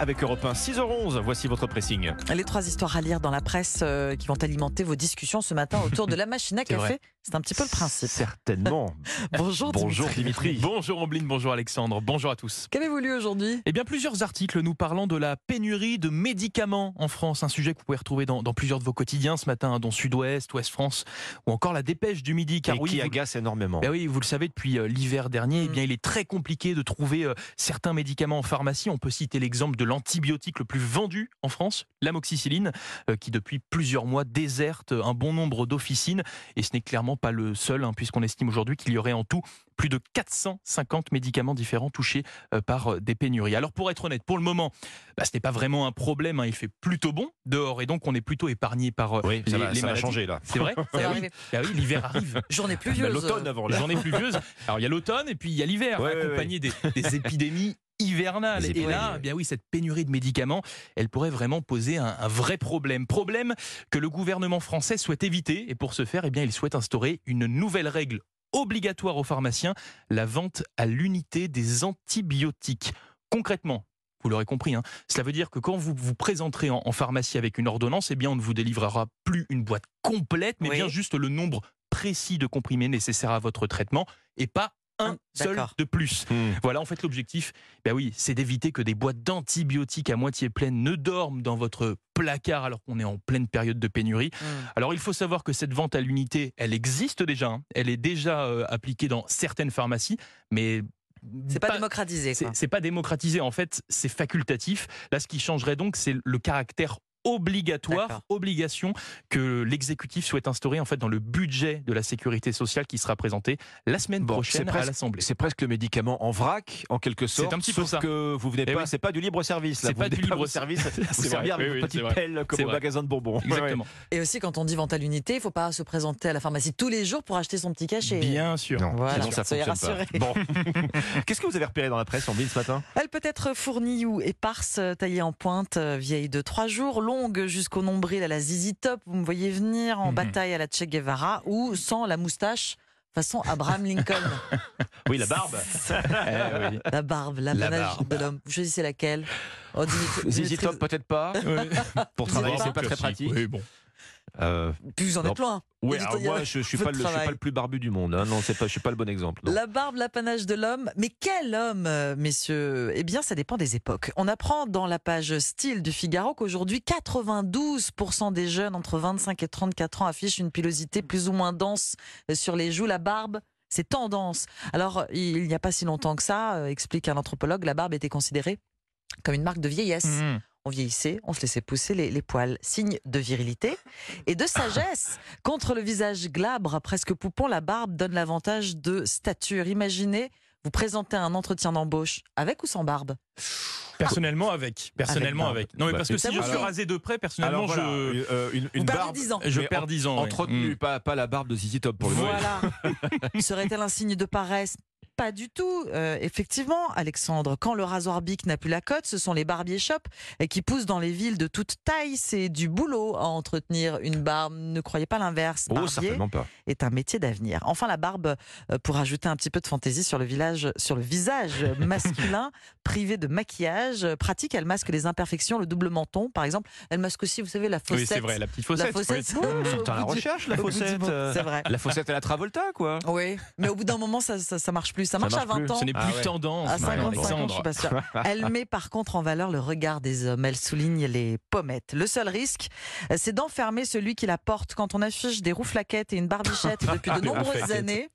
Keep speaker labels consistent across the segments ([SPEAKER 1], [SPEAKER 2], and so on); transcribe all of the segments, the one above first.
[SPEAKER 1] Avec Europe 1, 6h11, voici votre pressing.
[SPEAKER 2] Les trois histoires à lire dans la presse euh, qui vont alimenter vos discussions ce matin autour de la machine à
[SPEAKER 1] C'est vrai.
[SPEAKER 2] café. C'est un petit peu le principe.
[SPEAKER 1] Certainement.
[SPEAKER 2] Bonjour,
[SPEAKER 1] bonjour
[SPEAKER 2] Dimitri.
[SPEAKER 1] Dimitri. Bonjour Ambline, bonjour Alexandre, bonjour à tous.
[SPEAKER 2] Qu'avez-vous lu aujourd'hui
[SPEAKER 1] Eh bien, plusieurs articles nous parlant de la pénurie de médicaments en France, un sujet que vous pouvez retrouver dans, dans plusieurs de vos quotidiens ce matin, hein, dont Sud-Ouest, Ouest-France, ou encore la dépêche du midi. Car
[SPEAKER 3] et
[SPEAKER 1] oui,
[SPEAKER 3] qui
[SPEAKER 1] vous-
[SPEAKER 3] agace énormément.
[SPEAKER 1] Ben oui, vous le savez, depuis euh, l'hiver dernier, eh
[SPEAKER 2] Mm.
[SPEAKER 1] bien, il est très compliqué de trouver euh, certains médicaments en pharmacie. On peut citer l'exemple de l'antibiotique le plus vendu en France, l'amoxicilline, euh, qui depuis plusieurs mois déserte euh, un bon nombre d'officines. Et ce n'est clairement pas le seul, hein, puisqu'on estime aujourd'hui qu'il y aurait en tout plus de 450 médicaments différents touchés euh, par euh, des pénuries. Alors pour être honnête, pour le moment, bah, ce n'est pas vraiment un problème. hein. il fait plutôt bon dehors et donc on est plutôt épargné par euh,
[SPEAKER 3] Oui,
[SPEAKER 1] les,
[SPEAKER 3] ça, va,
[SPEAKER 1] les
[SPEAKER 3] ça va
[SPEAKER 1] maladies.
[SPEAKER 3] changer là.
[SPEAKER 1] C'est vrai
[SPEAKER 2] Ça va
[SPEAKER 1] Ben oui, Ah,
[SPEAKER 2] arriver.
[SPEAKER 1] ben oui, l'hiver arrive.
[SPEAKER 2] Journée
[SPEAKER 3] Bah,
[SPEAKER 2] pluvieuse. euh,
[SPEAKER 3] L'automne avant
[SPEAKER 1] Les
[SPEAKER 3] là.
[SPEAKER 1] journées pluvieuses. Alors il y a l'automne et puis il y a l'hiver,
[SPEAKER 3] Ouais, ouais,
[SPEAKER 1] accompagné Des, des épidémies hivernales.
[SPEAKER 3] Des
[SPEAKER 1] Et
[SPEAKER 3] épidémies,
[SPEAKER 1] là,
[SPEAKER 3] ouais.
[SPEAKER 1] bien oui, cette pénurie de médicaments, elle pourrait vraiment poser un, un vrai problème. Problème que le gouvernement français souhaite éviter. Et pour ce faire, eh bien, il souhaite instaurer une nouvelle règle obligatoire aux pharmaciens, la vente à l'unité des antibiotiques. Concrètement, vous l'aurez compris, hein, cela veut dire que quand vous vous présenterez en, en pharmacie avec une ordonnance, eh bien, on ne vous délivrera plus une boîte complète, mais
[SPEAKER 2] Oui.
[SPEAKER 1] bien juste le nombre précis de comprimés nécessaires à votre traitement et pas un
[SPEAKER 2] Ah,
[SPEAKER 1] seul
[SPEAKER 2] d'accord.
[SPEAKER 1] de plus.
[SPEAKER 3] Hmm.
[SPEAKER 1] Voilà, en fait, l'objectif, ben oui, c'est d'éviter que des boîtes d'antibiotiques à moitié pleines ne dorment dans votre placard alors qu'on est en pleine période de pénurie.
[SPEAKER 2] Hmm.
[SPEAKER 1] Alors, il faut savoir que cette vente à l'unité, elle existe déjà. hein. Elle est déjà euh, appliquée dans certaines pharmacies, mais
[SPEAKER 2] C'est pas, démocratisé.
[SPEAKER 1] c'est
[SPEAKER 2] quoi.
[SPEAKER 1] c'est pas démocratisé, en fait, c'est facultatif. Là, ce qui changerait donc, c'est le caractère
[SPEAKER 2] D'accord.
[SPEAKER 1] obligatoire, obligation que l'exécutif souhaite instaurer en fait dans le budget de la sécurité sociale qui sera présenté la semaine
[SPEAKER 3] Bon, c'est
[SPEAKER 1] prochaine à
[SPEAKER 3] presque-
[SPEAKER 1] l'Assemblée.
[SPEAKER 3] C'est presque le médicament en vrac, en quelque
[SPEAKER 1] C'est
[SPEAKER 3] sorte.
[SPEAKER 1] un petit peu
[SPEAKER 3] sauf
[SPEAKER 1] ça.
[SPEAKER 3] que vous venez
[SPEAKER 1] Eh
[SPEAKER 3] pas,
[SPEAKER 1] oui.
[SPEAKER 3] c'est pas du libre service. là.
[SPEAKER 1] C'est
[SPEAKER 3] Vous
[SPEAKER 1] pas
[SPEAKER 3] venez
[SPEAKER 1] du libre
[SPEAKER 3] vous service. Vous
[SPEAKER 1] C'est
[SPEAKER 3] servir
[SPEAKER 1] vrai,
[SPEAKER 3] avec
[SPEAKER 1] oui,
[SPEAKER 3] une
[SPEAKER 1] oui, c'est
[SPEAKER 3] petite
[SPEAKER 1] vrai.
[SPEAKER 3] pelle comme
[SPEAKER 1] C'est
[SPEAKER 3] au
[SPEAKER 1] vrai.
[SPEAKER 3] magasin de bonbons.
[SPEAKER 1] Exactement.
[SPEAKER 2] Et aussi, quand on dit vente à l'unité, il faut pas se présenter à la pharmacie tous les jours pour acheter son petit cachet.
[SPEAKER 1] Bien sûr.
[SPEAKER 3] Non,
[SPEAKER 2] Voilà,
[SPEAKER 3] sinon ça
[SPEAKER 2] soyez
[SPEAKER 3] fonctionne
[SPEAKER 2] rassurés.
[SPEAKER 3] pas. Bon, qu'est-ce que vous avez repéré dans la presse en ville ce matin
[SPEAKER 2] Elle peut être fournie ou éparse, taillée en pointe, euh, vieille de trois jours, longue jusqu'au nombril à la zizi top, vous me voyez venir, en
[SPEAKER 1] Mhm.
[SPEAKER 2] bataille à la Che Guevara, ou sans la moustache, façon Abraham Lincoln.
[SPEAKER 3] Oui, la barbe.
[SPEAKER 1] Eh oui.
[SPEAKER 2] La barbe, la,
[SPEAKER 1] La
[SPEAKER 2] banage
[SPEAKER 1] barbe.
[SPEAKER 2] de l'homme. Vous choisissez laquelle oh, Dimitri-
[SPEAKER 3] Zizi
[SPEAKER 2] Dimitri,
[SPEAKER 3] Top peut-être pas. Pour
[SPEAKER 2] Vous
[SPEAKER 3] travailler,
[SPEAKER 2] êtes
[SPEAKER 3] c'est pas très
[SPEAKER 1] Classique,
[SPEAKER 3] pratique.
[SPEAKER 1] oui, bon.
[SPEAKER 3] Euh,
[SPEAKER 2] Puis vous en êtes loin.
[SPEAKER 3] ouais,
[SPEAKER 2] Il y a-
[SPEAKER 3] alors
[SPEAKER 2] il y a-
[SPEAKER 3] moi, je, je suis
[SPEAKER 2] peu
[SPEAKER 3] pas
[SPEAKER 2] de
[SPEAKER 3] le, je suis
[SPEAKER 2] travail.
[SPEAKER 3] pas le plus barbu du monde. hein. Non, c'est pas, je suis pas le bon exemple. non.
[SPEAKER 2] La barbe, l'apanage de l'homme. Mais quel homme, euh, messieurs Eh bien, ça dépend des époques. On apprend dans la page style du Figaro qu'aujourd'hui, 92% des jeunes entre 25 et 34 ans affichent une pilosité plus ou moins dense euh, sur les joues. La barbe, c'est tendance. Alors, il n'y a pas si longtemps que ça, euh, explique un anthropologue, la barbe était considérée comme une marque de vieillesse.
[SPEAKER 1] Mhm.
[SPEAKER 2] On vieillissait, on se laissait pousser les, les poils, signe de virilité et de sagesse. Contre le visage glabre, presque poupon, la barbe donne l'avantage de stature. Imaginez, vous présentez un entretien d'embauche avec ou sans barbe.
[SPEAKER 1] Personnellement avec. Personnellement
[SPEAKER 3] Avec
[SPEAKER 1] avec. Non mais
[SPEAKER 3] Bah,
[SPEAKER 1] parce que
[SPEAKER 2] ça
[SPEAKER 1] si
[SPEAKER 2] vous
[SPEAKER 1] je suis
[SPEAKER 2] fait-
[SPEAKER 1] rasé de près, personnellement
[SPEAKER 3] Alors voilà,
[SPEAKER 1] je
[SPEAKER 3] euh, une,
[SPEAKER 2] Vous
[SPEAKER 3] une
[SPEAKER 2] perdez
[SPEAKER 3] barbe
[SPEAKER 2] 10 ans.
[SPEAKER 1] je
[SPEAKER 3] Mais
[SPEAKER 1] perds 10 ans. ouais.
[SPEAKER 3] entretenue, pas, pas la barbe de Zizi Top pour le moment.
[SPEAKER 2] Voilà. Serait-elle un signe de paresse pas du tout. Euh, effectivement, Alexandre, quand le rasoir bic n'a plus la cote, ce sont les barbiers shops euh, qui poussent dans les villes de toute taille. C'est du boulot à entretenir une barbe. Ne croyez pas l'inverse.
[SPEAKER 3] Oh,
[SPEAKER 2] Barbier,
[SPEAKER 3] certainement pas.
[SPEAKER 2] est un métier d'avenir. Enfin, la barbe, euh, pour ajouter un petit peu de fantaisie sur le, village, sur le visage masculin, privé de maquillage, euh, pratique, elle masque les imperfections, le double menton, par exemple. Elle masque aussi, vous savez, la
[SPEAKER 1] Mm.
[SPEAKER 2] fossette.
[SPEAKER 1] Oui, c'est vrai, la petite
[SPEAKER 2] La
[SPEAKER 1] fossette.
[SPEAKER 2] fossette.
[SPEAKER 1] oui.
[SPEAKER 3] Putain, la
[SPEAKER 2] Au bout du-
[SPEAKER 3] recherche, la
[SPEAKER 2] au bout du
[SPEAKER 3] fossette.
[SPEAKER 2] monde,
[SPEAKER 3] euh,
[SPEAKER 2] C'est vrai.
[SPEAKER 3] La fossette à la Travolta, quoi.
[SPEAKER 2] Oui, mais au bout d'un moment, ça, ça, ça marche plus. Ça marche,
[SPEAKER 3] marche
[SPEAKER 2] à
[SPEAKER 3] plus.
[SPEAKER 2] 20 ans.
[SPEAKER 1] Ce n'est plus
[SPEAKER 3] Ah ouais.
[SPEAKER 1] tendance.
[SPEAKER 2] À 55 ans, je suis
[SPEAKER 1] Alexandre.
[SPEAKER 2] pas sûre. Elle met par contre en valeur le regard des hommes. Elle souligne les pommettes. Le seul risque, euh, c'est d'enfermer celui qui la porte. Quand on affiche des rouflaquettes et une barbichette depuis de
[SPEAKER 1] Des
[SPEAKER 2] nombreuses
[SPEAKER 1] rouflaquettes.
[SPEAKER 2] années,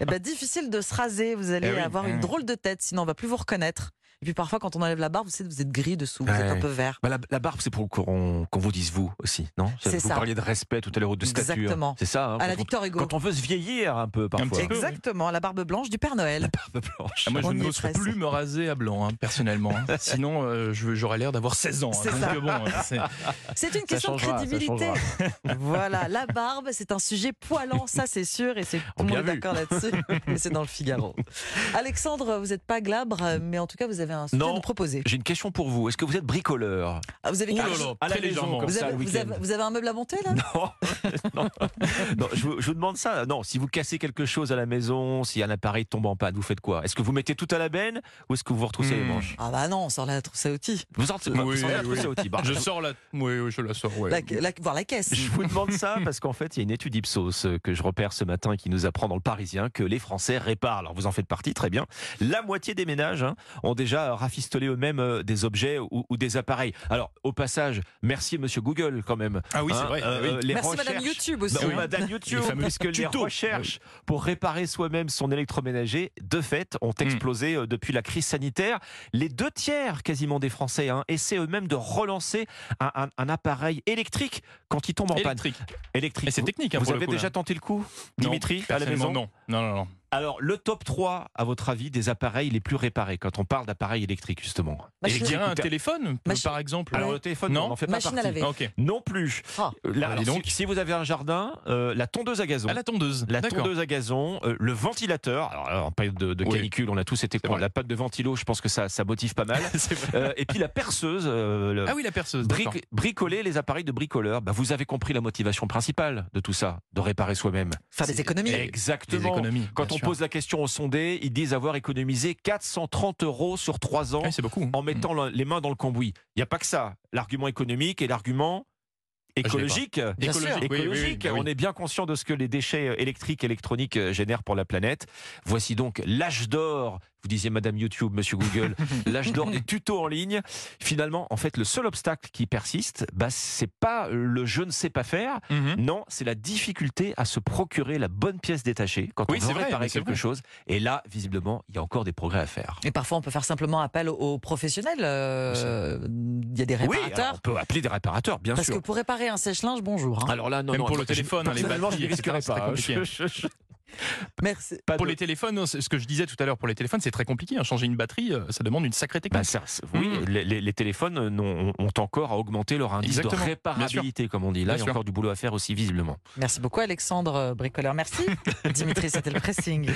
[SPEAKER 2] eh ben, difficile de se raser. Vous allez
[SPEAKER 1] Eh oui.
[SPEAKER 2] avoir une
[SPEAKER 1] Mm.
[SPEAKER 2] drôle de tête, sinon on va plus vous reconnaître. Et puis parfois, quand on enlève la barbe, vous, savez, vous êtes gris dessous, vous
[SPEAKER 3] Ouais.
[SPEAKER 2] êtes un peu vert.
[SPEAKER 3] Bah, la, la barbe, c'est pour qu'on qu'on vous dise vous aussi, non
[SPEAKER 2] C'est
[SPEAKER 3] Vous
[SPEAKER 2] ça.
[SPEAKER 3] parliez de respect tout à l'heure, ou de stature.
[SPEAKER 2] Exactement.
[SPEAKER 3] C'est ça. hein,
[SPEAKER 2] À la
[SPEAKER 3] quand, on-
[SPEAKER 2] Victor Hugo.
[SPEAKER 3] quand on veut se vieillir un peu parfois.
[SPEAKER 1] petit peu.
[SPEAKER 2] Exactement, la barbe blanche du Père Noël.
[SPEAKER 3] Barbe blanche.
[SPEAKER 1] Ah, moi, je
[SPEAKER 2] On y est
[SPEAKER 1] n'ose
[SPEAKER 2] presque.
[SPEAKER 1] plus me raser à blanc, hein, personnellement. hein. Sinon, euh, je- j'aurais l'air d'avoir 16 ans. hein.
[SPEAKER 2] C'est
[SPEAKER 1] Donc,
[SPEAKER 2] ça.
[SPEAKER 1] euh, bon, euh, c'est-
[SPEAKER 2] C'est une question
[SPEAKER 3] changera,
[SPEAKER 2] de
[SPEAKER 3] ça
[SPEAKER 2] crédibilité.
[SPEAKER 3] changera.
[SPEAKER 2] voilà, la barbe, c'est un sujet poilant, ça c'est sûr, et c'est tout
[SPEAKER 3] On
[SPEAKER 2] le
[SPEAKER 3] bien
[SPEAKER 2] monde est
[SPEAKER 3] vu.
[SPEAKER 2] d'accord là-dessus. Et c'est dans le Figaro. Alexandre, vous n'êtes pas glabre, mais en tout cas, vous avez avez un sujet à
[SPEAKER 3] Non.
[SPEAKER 2] nous proposer.
[SPEAKER 3] J'ai une question pour vous. Est-ce que vous êtes bricoleur
[SPEAKER 2] Ah, vous, avez
[SPEAKER 1] Oh là
[SPEAKER 2] quelque-
[SPEAKER 1] là,
[SPEAKER 3] à la
[SPEAKER 1] très
[SPEAKER 3] maison,
[SPEAKER 1] légèrement.
[SPEAKER 3] comme
[SPEAKER 2] vous,
[SPEAKER 3] ça,
[SPEAKER 2] avez,
[SPEAKER 3] le
[SPEAKER 2] vous,
[SPEAKER 3] week-end.
[SPEAKER 2] avez, vous avez un meuble à monter là
[SPEAKER 3] Non, non, Non, je, vous, je vous demande ça. Non, si vous cassez quelque chose à la maison, si un appareil tombe en panne, vous faites quoi Est-ce que vous mettez tout à la benne ou est-ce que vous retroussez les
[SPEAKER 1] Hmm.
[SPEAKER 3] manches
[SPEAKER 2] Ah bah non, on sort la trousse à outils.
[SPEAKER 3] Vous sortez
[SPEAKER 1] Oui,
[SPEAKER 3] vous sortez la
[SPEAKER 1] oui.
[SPEAKER 3] trousse à outils. Bah,
[SPEAKER 1] Je sors la. Oui, oui, je la sors. ouais.
[SPEAKER 2] La- la- voir la caisse.
[SPEAKER 3] Je vous demande ça parce qu'en fait, il y a une étude Ipsos euh, que je repère ce matin qui nous apprend dans le Parisien que les Français réparent. Alors, vous en faites partie, très bien. La moitié des ménages hein, ont déjà rafistolé eux-mêmes euh, des objets ou, ou des appareils. Alors, au passage, merci Monsieur Google quand même.
[SPEAKER 1] Ah oui, c'est
[SPEAKER 3] Hein,
[SPEAKER 1] vrai.
[SPEAKER 3] euh,
[SPEAKER 1] oui.
[SPEAKER 3] euh, les
[SPEAKER 2] Merci Madame
[SPEAKER 3] recherches-
[SPEAKER 2] YouTube aussi.
[SPEAKER 3] Bah, oui,
[SPEAKER 2] hein.
[SPEAKER 3] Madame YouTube,
[SPEAKER 1] Les fameux
[SPEAKER 3] parce que les
[SPEAKER 1] tutos.
[SPEAKER 3] recherches pour réparer soi-même son électroménager, de fait, ont explosé
[SPEAKER 1] Hmm.
[SPEAKER 3] euh, depuis la crise sanitaire. Les deux tiers quasiment des Français hein, essaient eux-mêmes de relancer un, un- un appareil électrique quand il tombe en panne.
[SPEAKER 1] Électrique.
[SPEAKER 3] Électrique.
[SPEAKER 1] Et c'est
[SPEAKER 3] Vous-
[SPEAKER 1] technique, hein,
[SPEAKER 3] Vous
[SPEAKER 1] pour le
[SPEAKER 3] avez
[SPEAKER 1] coup,
[SPEAKER 3] déjà
[SPEAKER 1] là.
[SPEAKER 3] tenté le coup,
[SPEAKER 1] Non,
[SPEAKER 3] Dimitri, à la
[SPEAKER 1] personnellement,
[SPEAKER 3] maison
[SPEAKER 1] Non, non, non. non.
[SPEAKER 3] Alors, le top 3, à votre avis, des appareils les plus réparés quand on parle d'appareils électriques, justement
[SPEAKER 2] Bah,
[SPEAKER 1] Et
[SPEAKER 2] je-
[SPEAKER 1] je dirais un téléphone,
[SPEAKER 2] Machine-
[SPEAKER 1] par exemple.
[SPEAKER 3] Alors,
[SPEAKER 2] Ouais.
[SPEAKER 3] le téléphone,
[SPEAKER 1] Non.
[SPEAKER 3] on n'en fait pas
[SPEAKER 2] Machine à
[SPEAKER 3] partie.
[SPEAKER 2] laver.
[SPEAKER 1] Ok.
[SPEAKER 3] Non plus.
[SPEAKER 2] Ah.
[SPEAKER 3] Euh, Là,
[SPEAKER 1] Ah,
[SPEAKER 3] alors,
[SPEAKER 1] dis donc.
[SPEAKER 3] si, si vous avez un jardin, euh, la tondeuse à gazon.
[SPEAKER 1] À la tondeuse.
[SPEAKER 3] La
[SPEAKER 1] D'accord.
[SPEAKER 3] tondeuse à gazon, euh, le ventilateur. Alors, alors, en période de, de
[SPEAKER 1] Oui.
[SPEAKER 3] canicule, on a tous été contre
[SPEAKER 1] vrai.
[SPEAKER 3] la pâte de ventilo. Je pense que ça, ça motive pas mal.
[SPEAKER 1] C'est vrai.
[SPEAKER 3] Euh, et puis la perceuse. euh, le-
[SPEAKER 1] Ah oui, la perceuse.
[SPEAKER 3] bric-
[SPEAKER 1] d'accord.
[SPEAKER 3] bricoler les appareils de bricoleurs. Bah, vous avez compris la motivation principale de tout ça, de réparer soi-même.
[SPEAKER 2] Faire des économies.
[SPEAKER 1] Des
[SPEAKER 3] Exactement.
[SPEAKER 1] économies.
[SPEAKER 3] Quand
[SPEAKER 1] bien
[SPEAKER 3] on
[SPEAKER 1] sûr.
[SPEAKER 3] pose la question aux sondés, ils disent avoir économisé 430 euros sur 3 ans
[SPEAKER 1] Ouais, c'est beaucoup. hein.
[SPEAKER 3] en mettant le- les mains dans le cambouis. Il n'y a pas que ça. L'argument économique et l'argument
[SPEAKER 1] Ah, l'ai pas.
[SPEAKER 3] écologique.
[SPEAKER 2] Bien sûr.
[SPEAKER 1] écologique. oui, oui, oui,
[SPEAKER 3] Écologique,
[SPEAKER 1] oui.
[SPEAKER 3] on est bien conscient de ce que les déchets euh, électriques, électroniques euh, génèrent pour la planète. Voici donc l'âge d'or, vous disiez Madame YouTube, Monsieur Google, l'âge d'or des tutos en ligne. Finalement, en fait, le seul obstacle qui persiste, bah, c'est pas le je ne sais pas faire,
[SPEAKER 1] Mhm.
[SPEAKER 3] non, c'est la difficulté à se procurer la bonne pièce détachée quand
[SPEAKER 1] Oui,
[SPEAKER 3] on
[SPEAKER 1] c'est
[SPEAKER 3] veut
[SPEAKER 1] vrai,
[SPEAKER 3] réparer
[SPEAKER 1] mais c'est
[SPEAKER 3] quelque
[SPEAKER 1] vrai.
[SPEAKER 3] chose. Et là, visiblement, il y a encore des progrès à faire.
[SPEAKER 2] Et parfois, on peut faire simplement appel aux- aux professionnels. euh, Il y a des
[SPEAKER 3] Oui,
[SPEAKER 2] réparateurs.
[SPEAKER 3] alors on peut appeler des réparateurs, bien
[SPEAKER 2] parce
[SPEAKER 3] sûr.
[SPEAKER 2] que pour réparer un sèche-linge, bonjour. hein.
[SPEAKER 3] Alors là, non,
[SPEAKER 1] Même
[SPEAKER 3] non,
[SPEAKER 1] pour le
[SPEAKER 3] je-
[SPEAKER 1] téléphone, hein, les
[SPEAKER 3] personnellement, je
[SPEAKER 1] batteries,
[SPEAKER 3] n'y risquerais
[SPEAKER 1] etc., c'est
[SPEAKER 3] pas.
[SPEAKER 1] très compliqué.
[SPEAKER 3] Je- je- je-
[SPEAKER 2] Merci.
[SPEAKER 3] pas
[SPEAKER 1] Pour
[SPEAKER 3] de-
[SPEAKER 1] les téléphones, non, c'est- ce que je disais tout à l'heure pour les téléphones, c'est très compliqué. hein. Changer une batterie, euh, ça demande une sacrée
[SPEAKER 3] Bah,
[SPEAKER 1] technique.
[SPEAKER 3] ça, c'est- oui,
[SPEAKER 1] Mm.
[SPEAKER 3] les, les- les téléphones euh, n'ont- ont encore à augmenter leur indice
[SPEAKER 1] Exactement.
[SPEAKER 3] de réparabilité, comme on dit. Là,
[SPEAKER 1] Bien
[SPEAKER 3] il y a
[SPEAKER 1] sûr.
[SPEAKER 3] encore du boulot à faire aussi visiblement.
[SPEAKER 2] Merci beaucoup, Alexandre euh, Bricoleur. Merci. Dimitri, c'était le pressing.